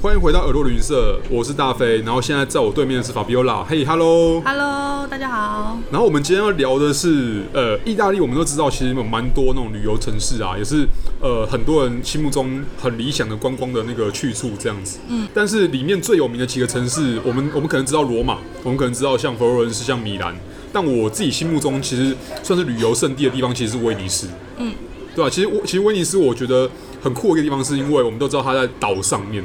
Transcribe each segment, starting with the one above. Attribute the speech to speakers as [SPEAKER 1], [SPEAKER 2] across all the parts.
[SPEAKER 1] 欢迎回到耳朵旅行社，我是大飞，然后现在在我对面的是法比欧拉，嘿，hello。
[SPEAKER 2] Hello，大家好。
[SPEAKER 1] 然后我们今天要聊的是，呃，意大利我们都知道，其实有蛮多那种旅游城市啊，也是呃很多人心目中很理想的观光的那个去处这样子。嗯。但是里面最有名的几个城市，我们我们可能知道罗马，我们可能知道像佛罗伦斯、像米兰，但我自己心目中其实算是旅游胜地的地方，其实是威尼斯。嗯。对吧、其实我其实威尼斯我觉得很酷的一个地方，是因为我们都知道它在岛上面，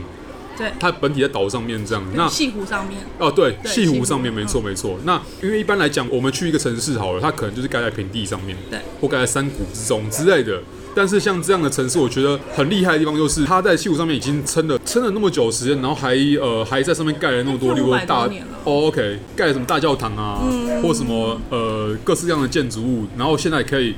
[SPEAKER 2] 对，
[SPEAKER 1] 它本体在岛上面这样。那
[SPEAKER 2] 西湖上面，
[SPEAKER 1] 哦，对，
[SPEAKER 2] 对
[SPEAKER 1] 西
[SPEAKER 2] 西
[SPEAKER 1] 湖
[SPEAKER 2] 湖
[SPEAKER 1] 上面
[SPEAKER 2] 嗯
[SPEAKER 1] 没错没错。那因为一般来讲，我们去一个城市好了，它可能就是盖在平地上面，
[SPEAKER 2] 对
[SPEAKER 1] 或盖在山谷之中之类的。但是像这样的城市，我觉得很厉害的地方就是，它在西湖上面已经撑了撑了那么久的时间，然后还呃还在上面盖了那么多，
[SPEAKER 2] 它
[SPEAKER 1] 例
[SPEAKER 2] 400
[SPEAKER 1] 如说大
[SPEAKER 2] 多年了嗯
[SPEAKER 1] 哦，OK，盖了什么大教堂啊，或什么呃各式各样的建筑物，然后现在可以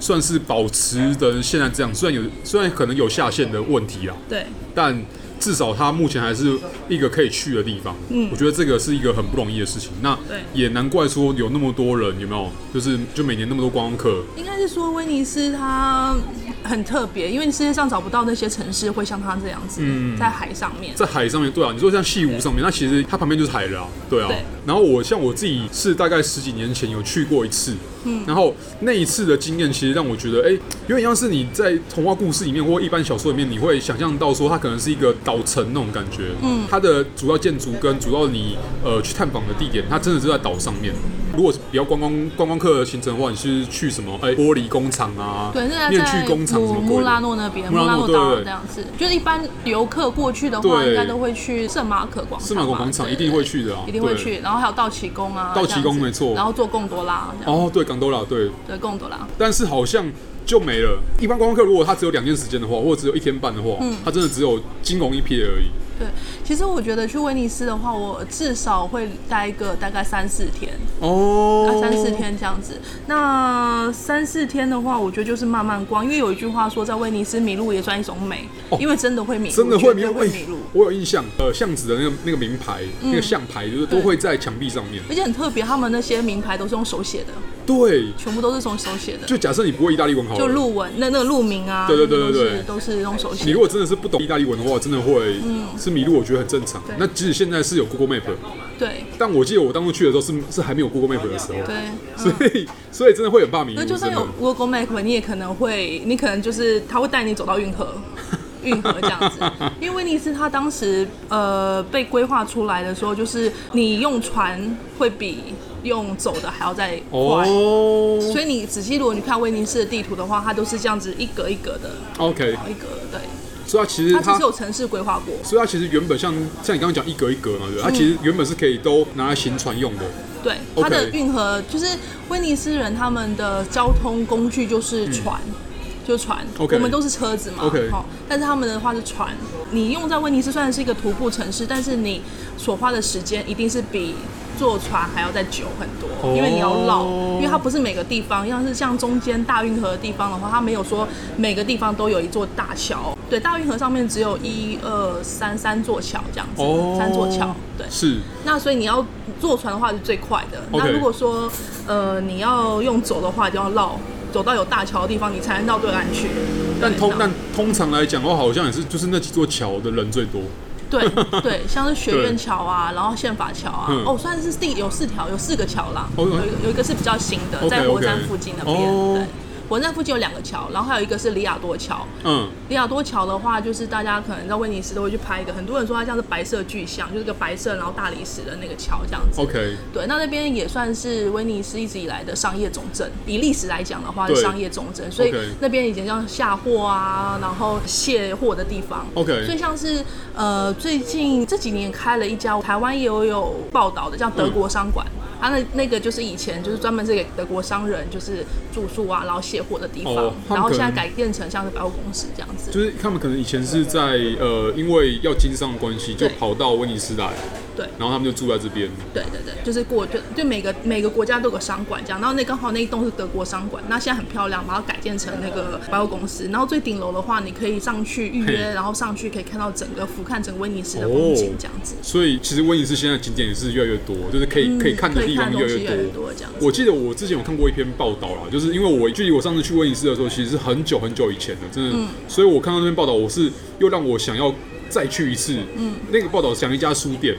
[SPEAKER 1] 算是保持的现在这样，虽然有虽然可能有下限的问题啦，
[SPEAKER 2] 对，
[SPEAKER 1] 但至少它目前还是一个可以去的地方。嗯，我觉得这个是一个很不容易的事情。那
[SPEAKER 2] 对
[SPEAKER 1] 也难怪说有那么多人，有没有？就是就每年那么多观光客，
[SPEAKER 2] 应该是说威尼斯它很特别，因为世界上找不到那些城市会像它这样子，
[SPEAKER 1] 嗯
[SPEAKER 2] 在海上面。
[SPEAKER 1] 在海上面，对啊，你说像西湖上面，那其实它旁边就是海了啊，对啊。
[SPEAKER 2] 对
[SPEAKER 1] 然后我像我自己是大概十几年前有去过一次，嗯，然后那一次的经验其实让我觉得，哎、有点像是你在童话故事里面或一般小说里面，你会想象到说它可能是一个岛城那种感觉，嗯，它的主要建筑跟主要你呃去探访的地点，它真的是在岛上面。如果是比较观光观光客的行程的话，你是去什么？哎、玻璃工厂啊，
[SPEAKER 2] 对，那
[SPEAKER 1] 面
[SPEAKER 2] 哦在
[SPEAKER 1] 具工厂什
[SPEAKER 2] 姆
[SPEAKER 1] 么
[SPEAKER 2] 穆
[SPEAKER 1] 鬼的
[SPEAKER 2] 拉诺那边，
[SPEAKER 1] 穆拉
[SPEAKER 2] 穆拉
[SPEAKER 1] 诺
[SPEAKER 2] 诺岛
[SPEAKER 1] 对对对
[SPEAKER 2] 这样子，就是一般游客过去的话，
[SPEAKER 1] 对
[SPEAKER 2] 应该都会去圣马可广场吧，啊
[SPEAKER 1] 圣马可广场一定会去的啊
[SPEAKER 2] 对一定会
[SPEAKER 1] 对
[SPEAKER 2] 去。然后还有道奇宫啊，
[SPEAKER 1] 道奇宫
[SPEAKER 2] 这样子
[SPEAKER 1] 没错
[SPEAKER 2] 然后坐贡多拉，这样
[SPEAKER 1] 哦，对，港都啦，对，
[SPEAKER 2] 对，贡多拉，
[SPEAKER 1] 但是好像就没了。一般观光客如果他只有两天时间的话，或者只有一天半的话，
[SPEAKER 2] 嗯
[SPEAKER 1] 他真的只有惊鸿一瞥而已。
[SPEAKER 2] 对。其实我觉得去威尼斯的话，我至少会待个大概三四天。
[SPEAKER 1] 哦
[SPEAKER 2] 啊，三四。天这样子。那三四天的话，我觉得就是慢慢逛，因为有一句话说，在威尼斯迷路也算一种美，因为真的会迷路，
[SPEAKER 1] 哦真的会迷
[SPEAKER 2] 绝
[SPEAKER 1] 路，
[SPEAKER 2] 对会
[SPEAKER 1] 哎
[SPEAKER 2] 迷路。
[SPEAKER 1] 我有印象，呃，巷子的那个那个名牌，
[SPEAKER 2] 嗯
[SPEAKER 1] 那个巷牌，就是都会在墙壁上面。
[SPEAKER 2] 而且很特别，他们那些名牌都是用手写的，
[SPEAKER 1] 对，
[SPEAKER 2] 全部都是从手写的，
[SPEAKER 1] 就假设你不会意大利文好了，
[SPEAKER 2] 就路文，那那个路名啊，
[SPEAKER 1] 对对对对对
[SPEAKER 2] 都是都是用手
[SPEAKER 1] 你
[SPEAKER 2] 写
[SPEAKER 1] 如。果真的是不懂意大利文的话，真的会是迷路，我觉得很正常
[SPEAKER 2] 嗯对。
[SPEAKER 1] 那即使现在是有 Google Map，
[SPEAKER 2] 对
[SPEAKER 1] 但我记得我当初去的时候是是还没有 Google Map 的时候，
[SPEAKER 2] 对， 嗯
[SPEAKER 1] 所以所以真的会很怕迷路。
[SPEAKER 2] 那就算
[SPEAKER 1] 真的
[SPEAKER 2] 有 Google Map，你也可能会，你可能就是他会带你走到运 河。运河这样子，因为威尼斯它当时呃被规划出来的时候，就是你用船会比用走的还要再快，
[SPEAKER 1] 哦
[SPEAKER 2] 所以你仔细如果你看威尼斯的地图的话，它都是这样子一格一格的，
[SPEAKER 1] ，OK，
[SPEAKER 2] 一格的，对，
[SPEAKER 1] 所以它其实
[SPEAKER 2] 它只是有城市规划过，
[SPEAKER 1] 所以它其实原本像像你刚刚讲一格一格嘛，对不对？它
[SPEAKER 2] 嗯
[SPEAKER 1] 其实原本是可以都拿来行船用的。
[SPEAKER 2] 对，
[SPEAKER 1] OK
[SPEAKER 2] 它的运河就是威尼斯人他们的交通工具就是船，就船。
[SPEAKER 1] 嗯 OK
[SPEAKER 2] 我们都是车子嘛
[SPEAKER 1] OK
[SPEAKER 2] 齁但是他们的话是船。你用在威尼斯虽然是一个徒步城市，但是你所花的时间一定是比坐船还要再久很多，
[SPEAKER 1] 哦
[SPEAKER 2] 因为你要绕，因为它不是每个地方，要是像中间大运河的地方的话，它没有说每个地方都有一座大桥。对，大运河上面只有一二三三座桥这样子，三座
[SPEAKER 1] 哦
[SPEAKER 2] 桥，对。
[SPEAKER 1] 是
[SPEAKER 2] 那所以你要坐船的话是最快的。
[SPEAKER 1] OK
[SPEAKER 2] 那如果说呃你要用走的话，就要绕走到有大桥的地方，你才能到对岸去。
[SPEAKER 1] 但
[SPEAKER 2] 对
[SPEAKER 1] 通
[SPEAKER 2] 然后
[SPEAKER 1] 但通常来讲的话，好像也是就是那几座桥的人最多。
[SPEAKER 2] 对对，像是学院桥啊，然后宪法桥啊
[SPEAKER 1] 嗯，
[SPEAKER 2] 哦，算是第有四条，有四个桥啦。
[SPEAKER 1] 哦
[SPEAKER 2] 有一个有一个是比较新的，
[SPEAKER 1] OK，
[SPEAKER 2] 在火
[SPEAKER 1] OK
[SPEAKER 2] 山附近那边。
[SPEAKER 1] 哦
[SPEAKER 2] 对，火山附近有两个桥，然后还有一个是里亚多桥。
[SPEAKER 1] 嗯，
[SPEAKER 2] 里亚多桥的话，就是大家可能在威尼斯都会去拍一个，很多人说它像是白色巨像，就是个白色然后大理石的那个桥这样子。
[SPEAKER 1] OK，
[SPEAKER 2] 对，那那边也算是威尼斯一直以来的商业重镇。以历史来讲的话，
[SPEAKER 1] 对
[SPEAKER 2] 是商业重镇，所以
[SPEAKER 1] OK
[SPEAKER 2] 那边以前像下货啊，然后卸货的地方。
[SPEAKER 1] OK
[SPEAKER 2] 所以像是呃，最近这几年开了一家台湾也有有报道的，叫
[SPEAKER 1] 嗯
[SPEAKER 2] 德国商馆。它那那个就是以前就是专门是给德国商人就是住宿啊，然后卸货的地方，
[SPEAKER 1] 哦他们
[SPEAKER 2] 然后
[SPEAKER 1] 可
[SPEAKER 2] 现在
[SPEAKER 1] 能
[SPEAKER 2] 改变成像是百货公司这样子。
[SPEAKER 1] 就是他们可能以前是在呃，因为要经商的关系，就
[SPEAKER 2] 对
[SPEAKER 1] 跑到威尼斯来，
[SPEAKER 2] 对
[SPEAKER 1] 然后他们就住在这边。
[SPEAKER 2] 对对对，就是过就就每个每个国家都有个商馆这样，然后那刚好那一栋是德国商馆，那现在很漂亮，把它改建成那个百货公司，然后最顶楼的话，你可以上去预约，
[SPEAKER 1] 嘿
[SPEAKER 2] 然后上去可以看到整个俯瞰整个威尼斯的风景这样子。
[SPEAKER 1] 所以其实威尼斯现在景点也是越来越多，就是可以、
[SPEAKER 2] 嗯
[SPEAKER 1] 哦可以看的地方越来
[SPEAKER 2] 可以看的东西越来越多这样子
[SPEAKER 1] 我记得我之前有看过一篇报道啦，就是因为我距离我上次
[SPEAKER 2] 嗯
[SPEAKER 1] 去威尼斯的时候，其实是很久很久以前的，真的，所以我看到那篇报道，我是又让我想要再去一次。嗯，那个报道讲一家书店，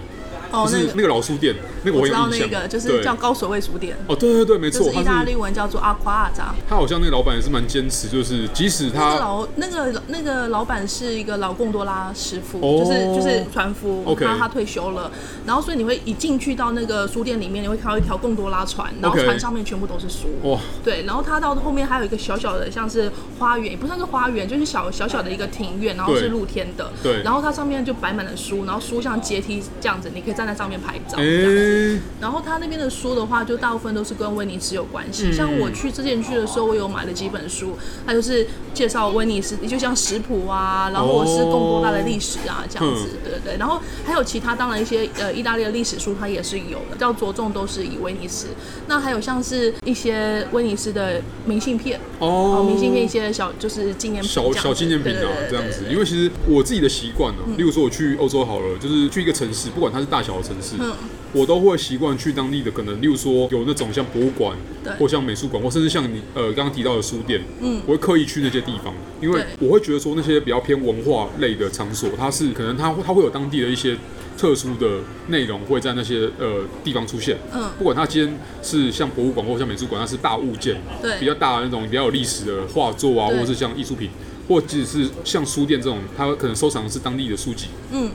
[SPEAKER 2] 哦
[SPEAKER 1] 就，
[SPEAKER 2] 那
[SPEAKER 1] 是
[SPEAKER 2] 个
[SPEAKER 1] 那个老书店，那个有
[SPEAKER 2] 我知道
[SPEAKER 1] 印
[SPEAKER 2] 那
[SPEAKER 1] 象。
[SPEAKER 2] 个就是
[SPEAKER 1] 对
[SPEAKER 2] 叫高所谓书店，
[SPEAKER 1] 哦，对对对，没
[SPEAKER 2] 就是
[SPEAKER 1] 错，
[SPEAKER 2] 意大
[SPEAKER 1] 他
[SPEAKER 2] 利
[SPEAKER 1] 是
[SPEAKER 2] 文叫做阿夸阿扎。
[SPEAKER 1] 他好像那个老板也是蛮坚持，就是即使
[SPEAKER 2] 那个
[SPEAKER 1] 他
[SPEAKER 2] 老那个那个老板是一个老贡多拉师傅，
[SPEAKER 1] 哦
[SPEAKER 2] 就是就是船夫
[SPEAKER 1] OK
[SPEAKER 2] 然后他退休了，然后所以你会一进去到那个书店里面，你会看到一条贡多拉船，然后
[SPEAKER 1] OK 哦
[SPEAKER 2] 船上面全部都是书。
[SPEAKER 1] 哇，
[SPEAKER 2] 对，然后它到后面还有一个小小的，像是花园，也不算是花园，就是小小小的一个庭院，然后
[SPEAKER 1] 对
[SPEAKER 2] 是露天的。
[SPEAKER 1] 对
[SPEAKER 2] 然后它上面就摆满了书，然后书像阶梯这样子，你可以站在上面拍照。
[SPEAKER 1] 哎、
[SPEAKER 2] 这样子然后他那边的书的话，就大部分都是跟威尼斯有关
[SPEAKER 1] 嗯
[SPEAKER 2] 系。像我去之前去的时候，我有买了几本书，它就是介绍威尼斯，就像食谱啊，然后我是贡多拉的历史啊这样
[SPEAKER 1] 哦
[SPEAKER 2] 子，对对对。然后还有其他，当然一些呃意大利的历史书它也是有的，叫着重都是以威尼斯。那还有像是一些威尼斯的明信片，哦，
[SPEAKER 1] 哦，
[SPEAKER 2] 明信片一些小就是纪念品这
[SPEAKER 1] 小
[SPEAKER 2] 样子，
[SPEAKER 1] 小纪念品
[SPEAKER 2] 对
[SPEAKER 1] 啊，这样。
[SPEAKER 2] 对对对对嗯
[SPEAKER 1] 子。因为其实我自己的习惯呢，啊例如说我去欧洲好了，就是去一个城市，不管它是大小的城
[SPEAKER 2] 嗯
[SPEAKER 1] 市，我都会习惯去当地的，可能例如说有那种像博物馆
[SPEAKER 2] 对，
[SPEAKER 1] 或像美术馆，或甚至像你呃刚刚提到的书店，嗯，我会刻意去那些地方，因为我会觉得说那些比较偏文化类的场所，它是可能它它会有当地的一些。特殊的内容会在那些呃地方出现，
[SPEAKER 2] 嗯
[SPEAKER 1] 不管它今天是像博物馆或像美术馆，它是大物件，
[SPEAKER 2] 对
[SPEAKER 1] 比较大的那种比较有历史的画作啊，或
[SPEAKER 2] 对
[SPEAKER 1] 者是像艺术品，或即使是像书店这种，它可能收藏的是当地的书籍，
[SPEAKER 2] 嗯，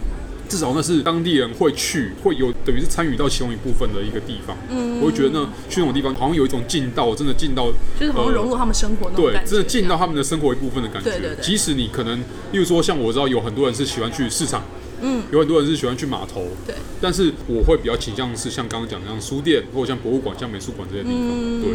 [SPEAKER 1] 至少那是当地人会去，会有等于是参与到其中一部分的一个地方。嗯，我会觉得呢，去那种地方好像有一种进到真的进到，
[SPEAKER 2] 就是好像融入他们生活那种
[SPEAKER 1] 对
[SPEAKER 2] 感，觉。
[SPEAKER 1] 真的进
[SPEAKER 2] 这
[SPEAKER 1] 到
[SPEAKER 2] 样
[SPEAKER 1] 他们的生活一部分的感觉。
[SPEAKER 2] 对对对
[SPEAKER 1] 即使你可能，例如说像我知道有很多人是喜欢去市场，
[SPEAKER 2] 嗯，
[SPEAKER 1] 有很多人是喜欢去码头，
[SPEAKER 2] 对。
[SPEAKER 1] 但是我会比较倾向是像刚刚讲的像书店或者像博物馆、像美术馆这些地方，
[SPEAKER 2] 嗯
[SPEAKER 1] 对。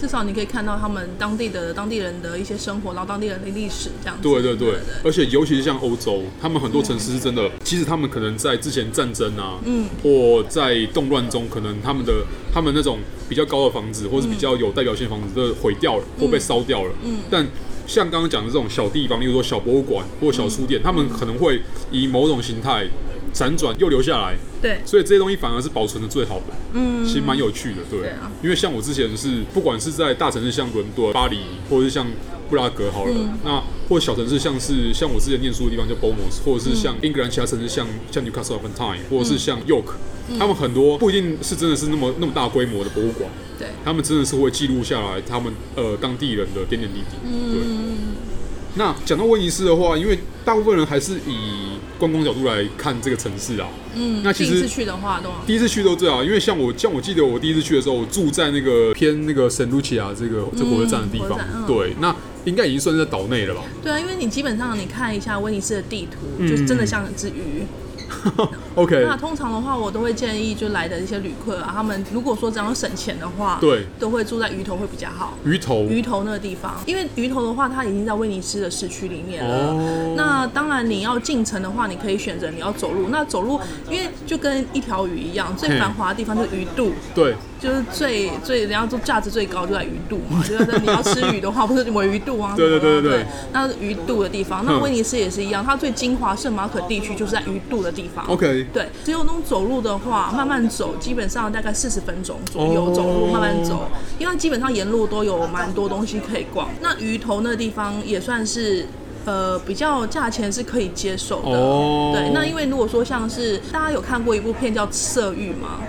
[SPEAKER 2] 至少你可以看到他们当地的当地人的一些生活，然后当地人的历史这样子。
[SPEAKER 1] 对对对，而且尤其是像欧洲，他们很多城市是真的，其实他们可能在之前战争啊，嗯，或在动乱中，可能他们的他们那种比较高的房子，或是比较有代表性的房子，都毁掉了或被烧掉了，嗯，但。像刚刚讲的这种小地方，例如说小博物馆或小书店，他们可能会以某种形态辗转又留下来，
[SPEAKER 2] 对
[SPEAKER 1] 所以这些东西反而是保存的最好的，嗯，其实蛮有趣的，对，
[SPEAKER 2] 对啊
[SPEAKER 1] 因为像我之前是，不管是在大城市像伦敦、巴黎，或者是像布拉格好了，那或者小城市像是像我之前念书的地方叫 Bournemouth，或者是像英格兰其他城市像像 Newcastle upon Tyne，或者是像 York，、他们很多不一定是真的是那么那么大规模的博物馆，
[SPEAKER 2] 对，
[SPEAKER 1] 他们真的是会记录下来他们呃当地人的点点滴滴。对。那讲到威尼斯的话，因为大部分人还是以观光角度来看这个城市啊。嗯，那其
[SPEAKER 2] 第一次
[SPEAKER 1] 实
[SPEAKER 2] 去的话都
[SPEAKER 1] 第一次去都最好，因为像我像我记得我第一次去的时候，我住在那个偏那个圣露西亚这个这火车站的地
[SPEAKER 2] 火车
[SPEAKER 1] 方
[SPEAKER 2] 站。嗯
[SPEAKER 1] 对，那应该已经算是在岛内了吧？
[SPEAKER 2] 对啊，因为你基本上你看一下威尼斯的地图，
[SPEAKER 1] 嗯
[SPEAKER 2] 就是真的像一只鱼。
[SPEAKER 1] OK，
[SPEAKER 2] 那通常的话，我都会建议就来的一些旅客啊，他们如果说只要省钱的话，
[SPEAKER 1] 对，
[SPEAKER 2] 都会住在鱼头会比较好。
[SPEAKER 1] 鱼头，
[SPEAKER 2] 鱼头那个地方，因为鱼头的话，它已经在威尼斯的市区里面了。
[SPEAKER 1] 哦
[SPEAKER 2] 那当然，你要进城的话，你可以选择你要走路。那走路，因为就跟一条鱼一样，最
[SPEAKER 1] 嘿
[SPEAKER 2] 繁华的地方就是鱼肚。
[SPEAKER 1] 对，
[SPEAKER 2] 就是最最人家说价值最高就在鱼肚嘛，就是你要吃鱼的话，不是尾鱼肚啊，
[SPEAKER 1] 对对对
[SPEAKER 2] 什么的
[SPEAKER 1] 对对
[SPEAKER 2] 那是鱼肚的地方。那
[SPEAKER 1] 嗯
[SPEAKER 2] 威尼斯也是一样，它最精华圣马可地区就是在鱼肚的地方。
[SPEAKER 1] OK
[SPEAKER 2] 对，只有那种走路的话，慢慢走，基本上大概四十分钟左右
[SPEAKER 1] 哦
[SPEAKER 2] 走路，慢慢走，因为它基本上沿路都有蛮多东西可以逛。那鱼头那地方也算是。呃，比较价钱是可以接受的，
[SPEAKER 1] 哦
[SPEAKER 2] 对。那因为如果说像是大家有看过一部片叫《色欲》吗？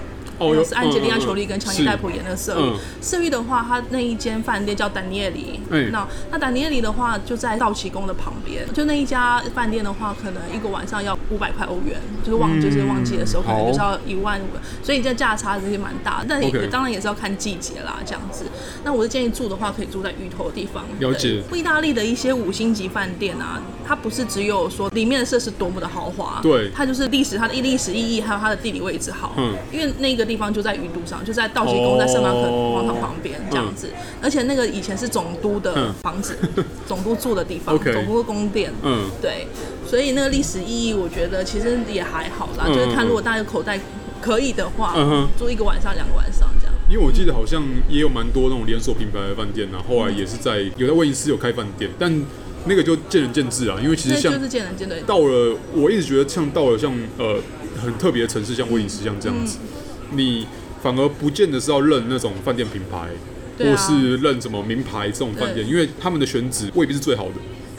[SPEAKER 1] 哦
[SPEAKER 2] 是安吉丽娜·裘丽跟强尼戴普，
[SPEAKER 1] 嗯嗯嗯
[SPEAKER 2] 演那个色
[SPEAKER 1] 嗯
[SPEAKER 2] 欲。色欲的话，它那一间饭店叫丹尼尔里
[SPEAKER 1] 哎。
[SPEAKER 2] 那那丹尼尔里的话，就在道奇宫的旁边。就那一家饭店的话，可能一个晚上要五百块欧元，就是旺就是旺季的时候，可能就是要一万五。所以你这价差其实蛮大，但也
[SPEAKER 1] OK
[SPEAKER 2] 当然也是要看季节啦，这样子。那我是建议住的话，可以住在鱼头的地方。
[SPEAKER 1] 了解
[SPEAKER 2] 对。意大利的一些五星级饭店啊，它不是只有说里面的设施多么的豪华，
[SPEAKER 1] 对
[SPEAKER 2] 它就是历史它的历史意义还有它的地理位置好。
[SPEAKER 1] 嗯
[SPEAKER 2] 因为那个地方就在鱼肚上，就在道奇宫，在圣马可广场旁边这样子。而且那个以前是总督的
[SPEAKER 1] 哦嗯
[SPEAKER 2] 房子，总督住的地方
[SPEAKER 1] OK
[SPEAKER 2] 总督的宫殿。
[SPEAKER 1] 嗯
[SPEAKER 2] 对，所以那个历史意义，我觉得其实也还好啦，
[SPEAKER 1] 嗯
[SPEAKER 2] 就是看
[SPEAKER 1] 嗯
[SPEAKER 2] 如果大家口袋可以的话，
[SPEAKER 1] 嗯哼
[SPEAKER 2] 住一个晚上、两个晚上这样。
[SPEAKER 1] 因为我记得好像也有蛮多那种连锁品牌的饭店啊，后来也是在有在威尼斯有开饭店，但那个就见仁见智啊。因为其
[SPEAKER 2] 那
[SPEAKER 1] 实像
[SPEAKER 2] 就是见仁见智。
[SPEAKER 1] 到了，我一直觉得像到了像呃很特别的城市，像威尼斯像这样子，
[SPEAKER 2] 嗯
[SPEAKER 1] 你反而不见得是要认那种饭店品牌，
[SPEAKER 2] 对啊
[SPEAKER 1] 或是认什么名牌这种饭店，因为他们的选址未必是最好的。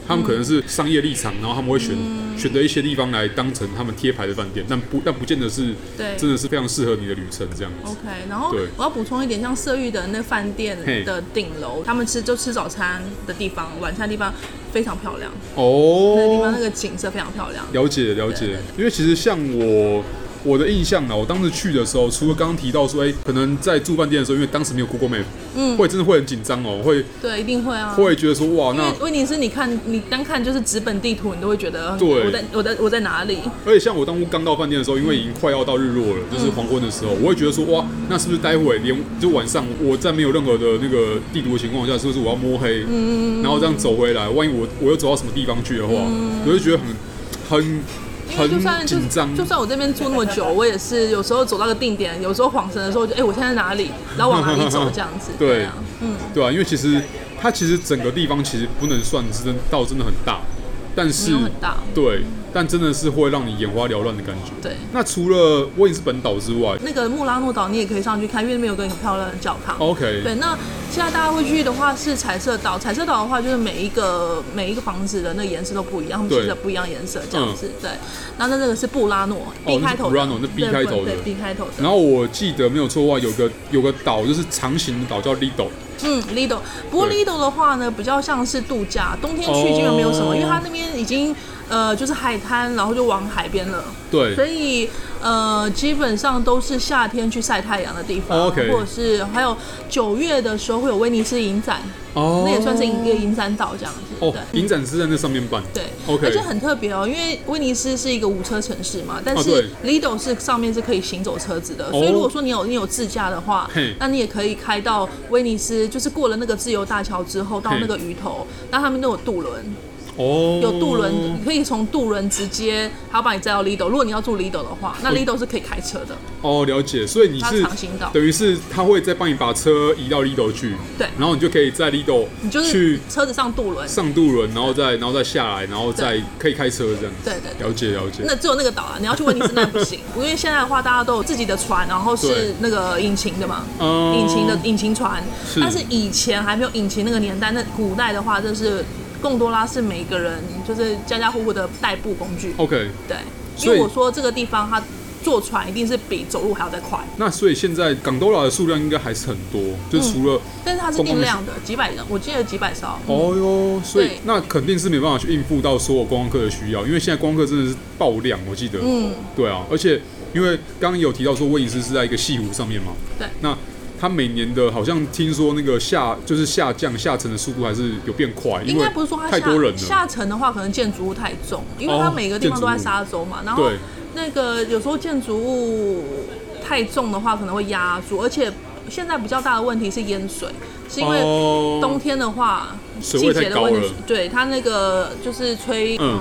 [SPEAKER 1] 他们可能
[SPEAKER 2] 嗯
[SPEAKER 1] 是商业立场，然后他们会选、选择一些地方来当成他们贴牌的饭店，但不但不见得是
[SPEAKER 2] 对
[SPEAKER 1] 真的是非常适合你的旅程这样子。
[SPEAKER 2] OK，然后
[SPEAKER 1] 对
[SPEAKER 2] 我要补充一点，像色玉的那饭店
[SPEAKER 1] 嘿
[SPEAKER 2] 的顶楼，他们吃就吃早餐的地方、晚餐的地方非常漂亮，
[SPEAKER 1] 哦，
[SPEAKER 2] 那个呃地方那个景色非常漂亮。
[SPEAKER 1] 了解了
[SPEAKER 2] 对
[SPEAKER 1] 解
[SPEAKER 2] 对，
[SPEAKER 1] 因为其实像我我的印象呢，我当时去的时候，除了刚刚提到说，哎、可能在住饭店的时候，因为当时没有 Google Map，
[SPEAKER 2] 嗯
[SPEAKER 1] 会真的会很紧张哦，会
[SPEAKER 2] 对，一定会啊。
[SPEAKER 1] 会觉得说，哇，
[SPEAKER 2] 因为
[SPEAKER 1] 那
[SPEAKER 2] 问题是你看，你单看就是纸本地图，你都会觉得
[SPEAKER 1] 对
[SPEAKER 2] 我在我在我在哪里？
[SPEAKER 1] 而且像我当初刚到饭店的时候，因为已经快要到日落了，
[SPEAKER 2] 嗯
[SPEAKER 1] 就是黄昏的时候，我会觉得说，哇，那是不是待会连就晚上我在没有任何的那个地图的情况下，是不是我要摸
[SPEAKER 2] 嗯
[SPEAKER 1] 黑，然后这样走回来，万一我我又走到什么地方去的话，我就觉得很很
[SPEAKER 2] 嗯因为就
[SPEAKER 1] 很
[SPEAKER 2] 算就
[SPEAKER 1] 紧张，
[SPEAKER 2] 就算我这边住那么久，我也是有时候走到个定点，有时候恍神的时候就哎、我现在在哪里，然后往哪里走这样子。
[SPEAKER 1] 对
[SPEAKER 2] 啊，
[SPEAKER 1] 对啊，因为其实它其实整个地方其实不能算是真到真的很大，但是
[SPEAKER 2] 没有很大
[SPEAKER 1] 对，但真的是会让你眼花缭乱的感觉。
[SPEAKER 2] 对。
[SPEAKER 1] 那除了威尼斯本岛之外
[SPEAKER 2] 那个穆拉诺岛你也可以上去看，因为那边有个很漂亮的教堂。
[SPEAKER 1] ，OK，
[SPEAKER 2] 对，那现在大家会去的话是彩色岛，彩色岛的话就是每一个每一个房子的那个颜色都不一样，他们
[SPEAKER 1] 对嗯
[SPEAKER 2] 贴的不一样颜色这样子。对，那那这个是布拉诺
[SPEAKER 1] 哦那是
[SPEAKER 2] ，B 开头的。
[SPEAKER 1] 布拉诺那 B
[SPEAKER 2] 对
[SPEAKER 1] 开头的
[SPEAKER 2] 对 B 开头的。
[SPEAKER 1] 然后我记得没有错的话，有个有个岛就是长形的岛叫 Lido，
[SPEAKER 2] 嗯，Lido，不过
[SPEAKER 1] 对
[SPEAKER 2] Lido 的话呢，比较像是度假，冬天去已经没有什么，
[SPEAKER 1] 哦
[SPEAKER 2] 因为它那边已经呃就是海滩，然后就往海边了。
[SPEAKER 1] 对
[SPEAKER 2] 所以呃，基本上都是夏天去晒太阳的地方
[SPEAKER 1] 哦 OK
[SPEAKER 2] 或者是还有九月的时候会有威尼斯影展，
[SPEAKER 1] 哦
[SPEAKER 2] 那也算是一个影展岛这样子。
[SPEAKER 1] 哦，
[SPEAKER 2] 对
[SPEAKER 1] 影展是在那上面办，
[SPEAKER 2] 对
[SPEAKER 1] OK
[SPEAKER 2] 而且很特别哦，因为威尼斯是一个无车城市嘛，但
[SPEAKER 1] 哦
[SPEAKER 2] 是 Lido 是上面是可以行走车子的，所以如果说你有你有自驾的话
[SPEAKER 1] 嘿，
[SPEAKER 2] 那你也可以开到威尼斯，就是过了那个自由大桥之后，到那个鱼头，那他们都有渡轮，
[SPEAKER 1] 哦，
[SPEAKER 2] 有渡轮，你可以从渡轮直接，他要把你载到 Lido。如果你要住 Lido 的话，那 Lido 是可以开车的，
[SPEAKER 1] 哦，了解，所以你
[SPEAKER 2] 它
[SPEAKER 1] 是
[SPEAKER 2] 长形岛
[SPEAKER 1] 等于是他会再帮你把车移到 Lido 去，
[SPEAKER 2] 对
[SPEAKER 1] 然后你就可以在 Lido
[SPEAKER 2] 你就
[SPEAKER 1] 去
[SPEAKER 2] 是车子上渡轮。
[SPEAKER 1] 上渡轮，然后再然后再下来，然后再可以开车这样子。
[SPEAKER 2] 对对对
[SPEAKER 1] 了解了解。
[SPEAKER 2] 那只有那个岛啊，你要去威尼斯那不行，因为现在的话大家都有自己的船，然后
[SPEAKER 1] 对
[SPEAKER 2] 是那个引擎的嘛，
[SPEAKER 1] 嗯
[SPEAKER 2] 引擎的引擎船。
[SPEAKER 1] 是
[SPEAKER 2] 但是以前还没有引擎那个年代，那古代的话就是贡多拉是每个人就是家家户户的代步工具。
[SPEAKER 1] OK，
[SPEAKER 2] 对，因
[SPEAKER 1] 所以
[SPEAKER 2] 为我说这个地方它坐船一定是比走路还要再快，
[SPEAKER 1] 那所以现在港兜拉的数量应该还是很多，就
[SPEAKER 2] 嗯
[SPEAKER 1] 除了、
[SPEAKER 2] 但是它是定量的，几百人，我记得几百艘。
[SPEAKER 1] 哦哟，所以
[SPEAKER 2] 嗯对
[SPEAKER 1] 那肯定是没办法去应付到所有观光客的需要，因为现在观光客真的是爆量，我记得。
[SPEAKER 2] 嗯，
[SPEAKER 1] 对啊，而且因为刚刚有提到说威尼斯是在一个西湖上面嘛，
[SPEAKER 2] 对
[SPEAKER 1] 那。它每年的，好像听说那个下就是下降下沉的速度还是有变快，因
[SPEAKER 2] 应
[SPEAKER 1] 为
[SPEAKER 2] 该不是说它
[SPEAKER 1] 太
[SPEAKER 2] 下
[SPEAKER 1] 多人了。
[SPEAKER 2] 下沉的话，可能建筑物太重，因为
[SPEAKER 1] 哦
[SPEAKER 2] 它每个地方都在
[SPEAKER 1] 建筑物
[SPEAKER 2] 沙洲嘛。然后
[SPEAKER 1] 对
[SPEAKER 2] 那个有时候建筑物太重的话，可能会压住，而且现在比较大的问题是淹水，是因为
[SPEAKER 1] 哦
[SPEAKER 2] 冬天的话，
[SPEAKER 1] 水
[SPEAKER 2] 季
[SPEAKER 1] 位太
[SPEAKER 2] 节的
[SPEAKER 1] 高
[SPEAKER 2] 问
[SPEAKER 1] 了
[SPEAKER 2] 题，，对它那个就是吹、
[SPEAKER 1] 嗯，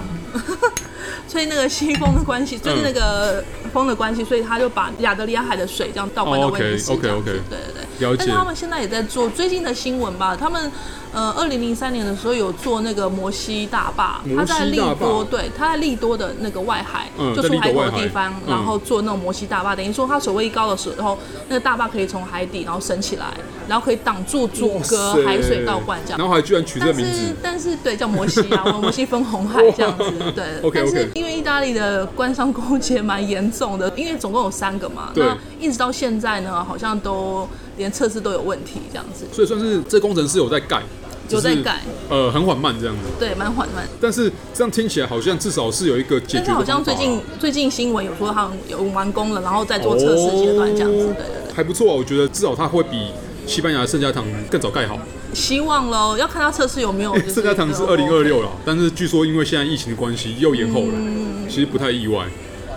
[SPEAKER 2] 吹那个西风的关系，就是那个呃风的关系，所以他就把亚得里亚海的水这样倒灌到
[SPEAKER 1] 哦，OK，
[SPEAKER 2] 威尼斯这样子
[SPEAKER 1] OK，OK，
[SPEAKER 2] 对对对。
[SPEAKER 1] 了
[SPEAKER 2] 但
[SPEAKER 1] 解
[SPEAKER 2] 是。他们现在也在做最近的新闻吧，他们呃，二零零三年的时候有做那个摩西大坝，
[SPEAKER 1] 摩
[SPEAKER 2] 他
[SPEAKER 1] 西大坝
[SPEAKER 2] 在利多，对，他在利多的那个外海，
[SPEAKER 1] 嗯
[SPEAKER 2] 就
[SPEAKER 1] 在
[SPEAKER 2] 出
[SPEAKER 1] 利多
[SPEAKER 2] 海口
[SPEAKER 1] 外
[SPEAKER 2] 的
[SPEAKER 1] 海
[SPEAKER 2] 地方，
[SPEAKER 1] 嗯
[SPEAKER 2] 然后做那种摩西大坝，等于说它水位一高的时候，那个大坝可以从海底然后升起来，然后可以挡住阻
[SPEAKER 1] 哇
[SPEAKER 2] 隔
[SPEAKER 1] 塞
[SPEAKER 2] 海水倒灌这样
[SPEAKER 1] 然。后还居然取这个
[SPEAKER 2] 但
[SPEAKER 1] 名
[SPEAKER 2] 是
[SPEAKER 1] 字，。
[SPEAKER 2] 但是对叫摩西啊，我们摩西分红海这样子，对
[SPEAKER 1] OK，OK
[SPEAKER 2] 但是因为意大利的官商勾结蛮严重的，因为总共有三个嘛，
[SPEAKER 1] 对
[SPEAKER 2] 那一直到现在呢，好像都连测试都有问题这样子，
[SPEAKER 1] 所以算是这工程师有在盖，
[SPEAKER 2] 有在
[SPEAKER 1] 只是
[SPEAKER 2] 改，
[SPEAKER 1] 呃，很缓慢这样子。
[SPEAKER 2] 对，蛮缓慢。
[SPEAKER 1] 但是这样听起来好像至少是有一个解
[SPEAKER 2] 但
[SPEAKER 1] 决
[SPEAKER 2] 是
[SPEAKER 1] 的
[SPEAKER 2] 好
[SPEAKER 1] 方法啊
[SPEAKER 2] 像最近最近新闻有说他们有完工了，然后在做测试阶段这样子，对对对。
[SPEAKER 1] 哦还不错啊，我觉得至少它会比西班牙的圣家堂更早盖好。
[SPEAKER 2] 希望喽，要看他测试有 没有哦就是哦
[SPEAKER 1] 圣家堂是
[SPEAKER 2] 有
[SPEAKER 1] 二零二六啦，但是据说因为现在疫情的关系又延后了，
[SPEAKER 2] 嗯
[SPEAKER 1] 其实不太意外。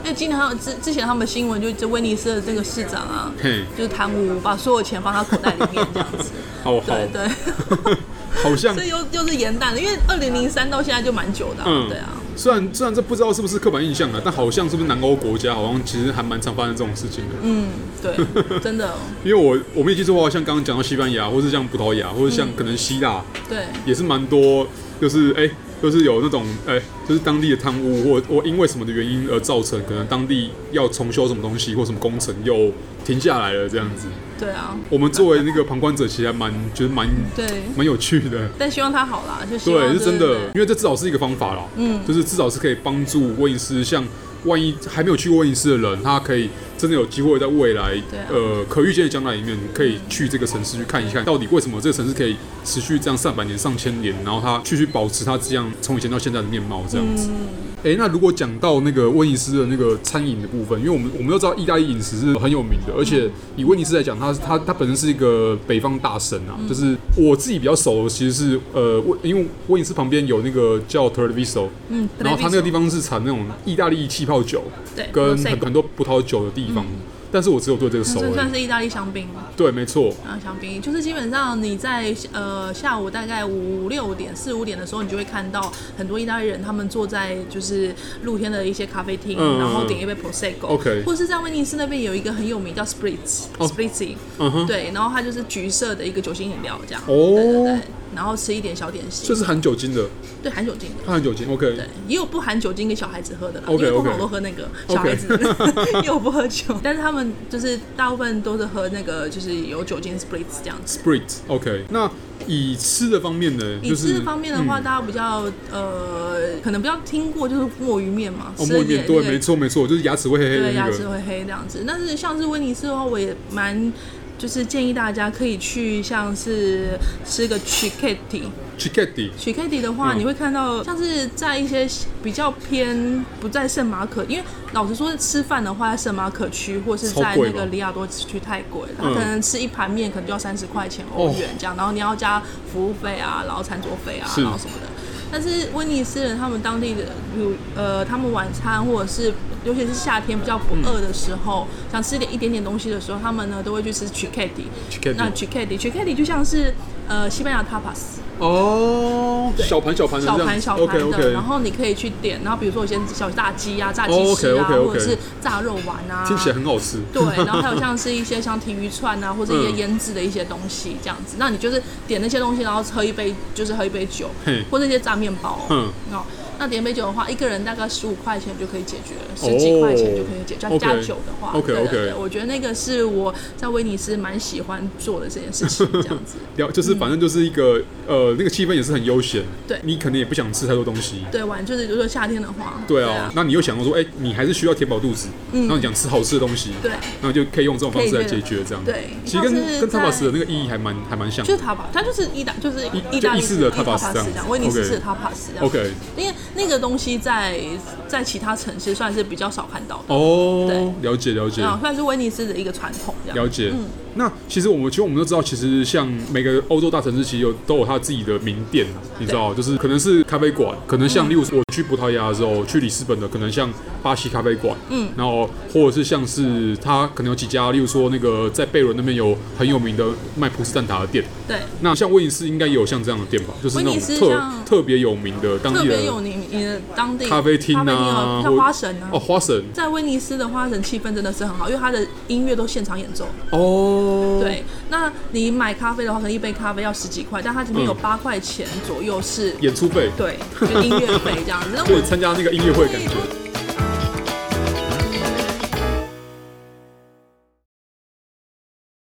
[SPEAKER 2] 因为今年还有之之前他们新闻就就威尼斯的这个市长啊，
[SPEAKER 1] 嘿，
[SPEAKER 2] 就是贪污，把所有钱放他口袋里面这样子，
[SPEAKER 1] 好 好，
[SPEAKER 2] 对对。
[SPEAKER 1] 好像
[SPEAKER 2] 所以又又是延宕的，因为二零零三到现在就蛮久的、啊，
[SPEAKER 1] 嗯
[SPEAKER 2] 对啊，
[SPEAKER 1] 虽然虽然这不知道是不是刻板印象啊，但好像是不是南欧国家好像其实还蛮常发生这种事情的。
[SPEAKER 2] 嗯，对，真的，
[SPEAKER 1] 因为我我们也记住，好像刚刚讲到西班牙，或是像葡萄牙，或者像可能希腊，
[SPEAKER 2] 对，
[SPEAKER 1] 也是蛮多，就是哎、就是有那种哎、就是当地的贪污或或因为什么的原因而造成，可能当地要重修什么东西或什么工程又停下来了这样子。
[SPEAKER 2] 对啊，
[SPEAKER 1] 我们作为那个旁观者，其实还蛮觉得蛮
[SPEAKER 2] 对。
[SPEAKER 1] 蛮有趣的。
[SPEAKER 2] 但希望他好啦，就希望
[SPEAKER 1] 对，是真
[SPEAKER 2] 对
[SPEAKER 1] 的，因为这至少是一个方法啦。嗯，就是至少是可以帮助威尼斯，像万一还没有去过威尼斯的人，他可以真的有机会在未来，
[SPEAKER 2] 对啊
[SPEAKER 1] 呃，可预见的将来里面，可以去这个城市去看一看，到底为什么这个城市可以持续这样上百年、上千年，然后它继续保持它这样从以前到现在的面貌这样子。诶，哎那如果讲到那个威尼斯的那个餐饮的部分，因为我们我们都知道意大利饮食是很有名的，而
[SPEAKER 2] 嗯
[SPEAKER 1] 且以威尼斯来讲，它它它本身是一个北方大省啊，
[SPEAKER 2] 嗯
[SPEAKER 1] 就是我自己比较熟的其实是呃，威因为威尼斯旁边有那个叫 t e r v i s o
[SPEAKER 2] 嗯，
[SPEAKER 1] 然后它那个地
[SPEAKER 2] 方
[SPEAKER 1] 方是产那种意大利气泡酒
[SPEAKER 2] 对，
[SPEAKER 1] 跟
[SPEAKER 2] Prosecco
[SPEAKER 1] 很很多葡萄酒的地方，但是我只有对这个熟欸
[SPEAKER 2] 这
[SPEAKER 1] 而
[SPEAKER 2] 嗯算
[SPEAKER 1] 已。
[SPEAKER 2] 是意大利香槟吗？
[SPEAKER 1] 对，没错，
[SPEAKER 2] 啊，香槟就是基本上你在呃下午大概五六点、四五点的时候，你就会看到很多意大利人他们坐在就是露天的一些咖啡厅，
[SPEAKER 1] 嗯
[SPEAKER 2] 然后点一杯 prosecco。
[SPEAKER 1] OK
[SPEAKER 2] 或是在威尼斯那边有一个很有名叫 spritz、
[SPEAKER 1] 哦
[SPEAKER 2] spritzy，
[SPEAKER 1] 嗯哼，
[SPEAKER 2] 对，然后它就是橘色的一个酒精饮料这样。
[SPEAKER 1] 哦
[SPEAKER 2] 对对对，然后吃一点小点心，
[SPEAKER 1] 这是含酒精的，
[SPEAKER 2] 对含酒精的。
[SPEAKER 1] 它含酒精。OK，
[SPEAKER 2] 对，也有不含酒精给小孩子喝的啦
[SPEAKER 1] OK，
[SPEAKER 2] 因为通
[SPEAKER 1] OK
[SPEAKER 2] 常我都喝那个小孩子因 为我不喝酒，但是他们就是大部分都是喝那个就是有酒精 spritz 这样子。
[SPEAKER 1] Sprit OK，那以吃的方面呢？
[SPEAKER 2] 饮
[SPEAKER 1] 就是嗯
[SPEAKER 2] 吃方面的话，大家比较呃，可能比较听过就是墨鱼面嘛，
[SPEAKER 1] 哦，
[SPEAKER 2] 吃
[SPEAKER 1] 莫
[SPEAKER 2] 了
[SPEAKER 1] 一面
[SPEAKER 2] 也
[SPEAKER 1] 对，
[SPEAKER 2] 那个
[SPEAKER 1] 没错没错，就是牙齿会黑黑的
[SPEAKER 2] 对，
[SPEAKER 1] 那
[SPEAKER 2] 牙齿
[SPEAKER 1] 个。
[SPEAKER 2] 会黑这样子。但是像是威尼斯的话，我也蛮就是建议大家可以去像是吃个 chiquetti。
[SPEAKER 1] c h i c a t t i
[SPEAKER 2] chiquetti 的话，
[SPEAKER 1] 嗯
[SPEAKER 2] 你会看到像是在一些比较偏不在圣马可，因为老实说，吃饭的话，在圣马可区或是在
[SPEAKER 1] 超贵吧
[SPEAKER 2] 那个里亚多区太贵了，它
[SPEAKER 1] 嗯哦
[SPEAKER 2] 可能吃一盘面可能就要三十块钱欧元这样，然后你要加服务费啊，然后餐桌费啊，
[SPEAKER 1] 是
[SPEAKER 2] 然后什么的。但是威尼斯人他们当地的，有呃，他们晚餐或者是尤其是夏天比较不
[SPEAKER 1] 嗯
[SPEAKER 2] 饿的时候，想吃点一点点东西的时候，他们呢都会去吃 chiquetti。
[SPEAKER 1] c h i c a t t
[SPEAKER 2] 那
[SPEAKER 1] i
[SPEAKER 2] chiquetti，chiquetti 就像是呃西班牙 tapas。
[SPEAKER 1] 哦，小盘小盘的
[SPEAKER 2] 小
[SPEAKER 1] 这
[SPEAKER 2] 盘
[SPEAKER 1] 样子
[SPEAKER 2] 小盘
[SPEAKER 1] OK
[SPEAKER 2] 的
[SPEAKER 1] OK，
[SPEAKER 2] 然后你可以去点，然后比如说有些小炸鸡啊、炸鸡
[SPEAKER 1] 哦
[SPEAKER 2] 翅啊
[SPEAKER 1] OK，OK，OK
[SPEAKER 2] 或者是炸肉丸啊，
[SPEAKER 1] 听起来很好吃。
[SPEAKER 2] 对，然后还有像是一些像体育串啊，或者一些
[SPEAKER 1] 嗯
[SPEAKER 2] 腌制的一些东西这样子。那你就是点那些东西，然后喝一杯，就是喝一杯酒
[SPEAKER 1] 嘿，
[SPEAKER 2] 或者一些炸面包、
[SPEAKER 1] 嗯
[SPEAKER 2] 哦，那点一杯酒的话，一个人大概十五块钱就可以解决了，十几块钱就可以解决。
[SPEAKER 1] 哦 OK
[SPEAKER 2] 加酒的话
[SPEAKER 1] OK，
[SPEAKER 2] 对对
[SPEAKER 1] OK
[SPEAKER 2] 对，我觉得那个是我在威尼斯蛮喜欢做的这件事情，这样子。
[SPEAKER 1] 聊就是反正就是一个呃，那个气氛也是很悠闲。
[SPEAKER 2] 嗯对
[SPEAKER 1] 你可能也不想吃太多东西。
[SPEAKER 2] 对，玩就是如果夏天的话，
[SPEAKER 1] 对啊，那你又想到说，哎，你还是需要填饱肚子，然后你想吃好吃的东西，
[SPEAKER 2] 嗯对
[SPEAKER 1] 然后就可以用这种方式
[SPEAKER 2] 可以
[SPEAKER 1] 来
[SPEAKER 2] 的
[SPEAKER 1] 解决这样。
[SPEAKER 2] 对
[SPEAKER 1] 其实跟
[SPEAKER 2] 像是
[SPEAKER 1] 跟
[SPEAKER 2] 在
[SPEAKER 1] tapas 的那个意义还蛮还蛮像
[SPEAKER 2] 就是 tapas，它就是意大，就是
[SPEAKER 1] 意
[SPEAKER 2] 意大
[SPEAKER 1] 哦就
[SPEAKER 2] 利
[SPEAKER 1] 意式的 tapas
[SPEAKER 2] 帕
[SPEAKER 1] 这样
[SPEAKER 2] 这样，威尼斯
[SPEAKER 1] OK
[SPEAKER 2] 式的 tapas 这样。
[SPEAKER 1] OK，
[SPEAKER 2] 因为那个东西在在其他城市算是比较少看到的，
[SPEAKER 1] 哦，
[SPEAKER 2] 对
[SPEAKER 1] 了解了解。
[SPEAKER 2] 啊，算是威尼斯的一个传统这样。
[SPEAKER 1] 了解。那其实我们其实我们都知道，其实像每个欧洲大城市，其实有都有它自己的名店啊，你知道，就是可能是咖啡馆，可能
[SPEAKER 2] 嗯
[SPEAKER 1] 像例如我去葡萄牙的时候，去里斯本的，可能像巴西咖啡馆，嗯，然后或者是像是它可能有几家，例如说那个在贝伦那边有很有名的卖葡式蛋挞的店。
[SPEAKER 2] 对，
[SPEAKER 1] 那像威尼斯应该也有像这样的店吧，就是那种
[SPEAKER 2] 威尼斯
[SPEAKER 1] 特
[SPEAKER 2] 像
[SPEAKER 1] 特别有名的当
[SPEAKER 2] 特
[SPEAKER 1] 地的
[SPEAKER 2] 别有你你的当地
[SPEAKER 1] 咖啡厅
[SPEAKER 2] 咖啡
[SPEAKER 1] 啊，
[SPEAKER 2] 像
[SPEAKER 1] 或
[SPEAKER 2] 花神啊
[SPEAKER 1] 哦，。花神
[SPEAKER 2] 在威尼斯的花神气氛真的是很好，因为它的音乐都现场演奏。
[SPEAKER 1] 哦，
[SPEAKER 2] 对，那你买咖啡的话，可能一杯咖啡要十几块，但它里面有
[SPEAKER 1] 嗯
[SPEAKER 2] 八块钱左右是，
[SPEAKER 1] 演出费，
[SPEAKER 2] 对，就音乐费这样子。那
[SPEAKER 1] 就
[SPEAKER 2] 我
[SPEAKER 1] 是参加那个音乐会的感觉。
[SPEAKER 2] 对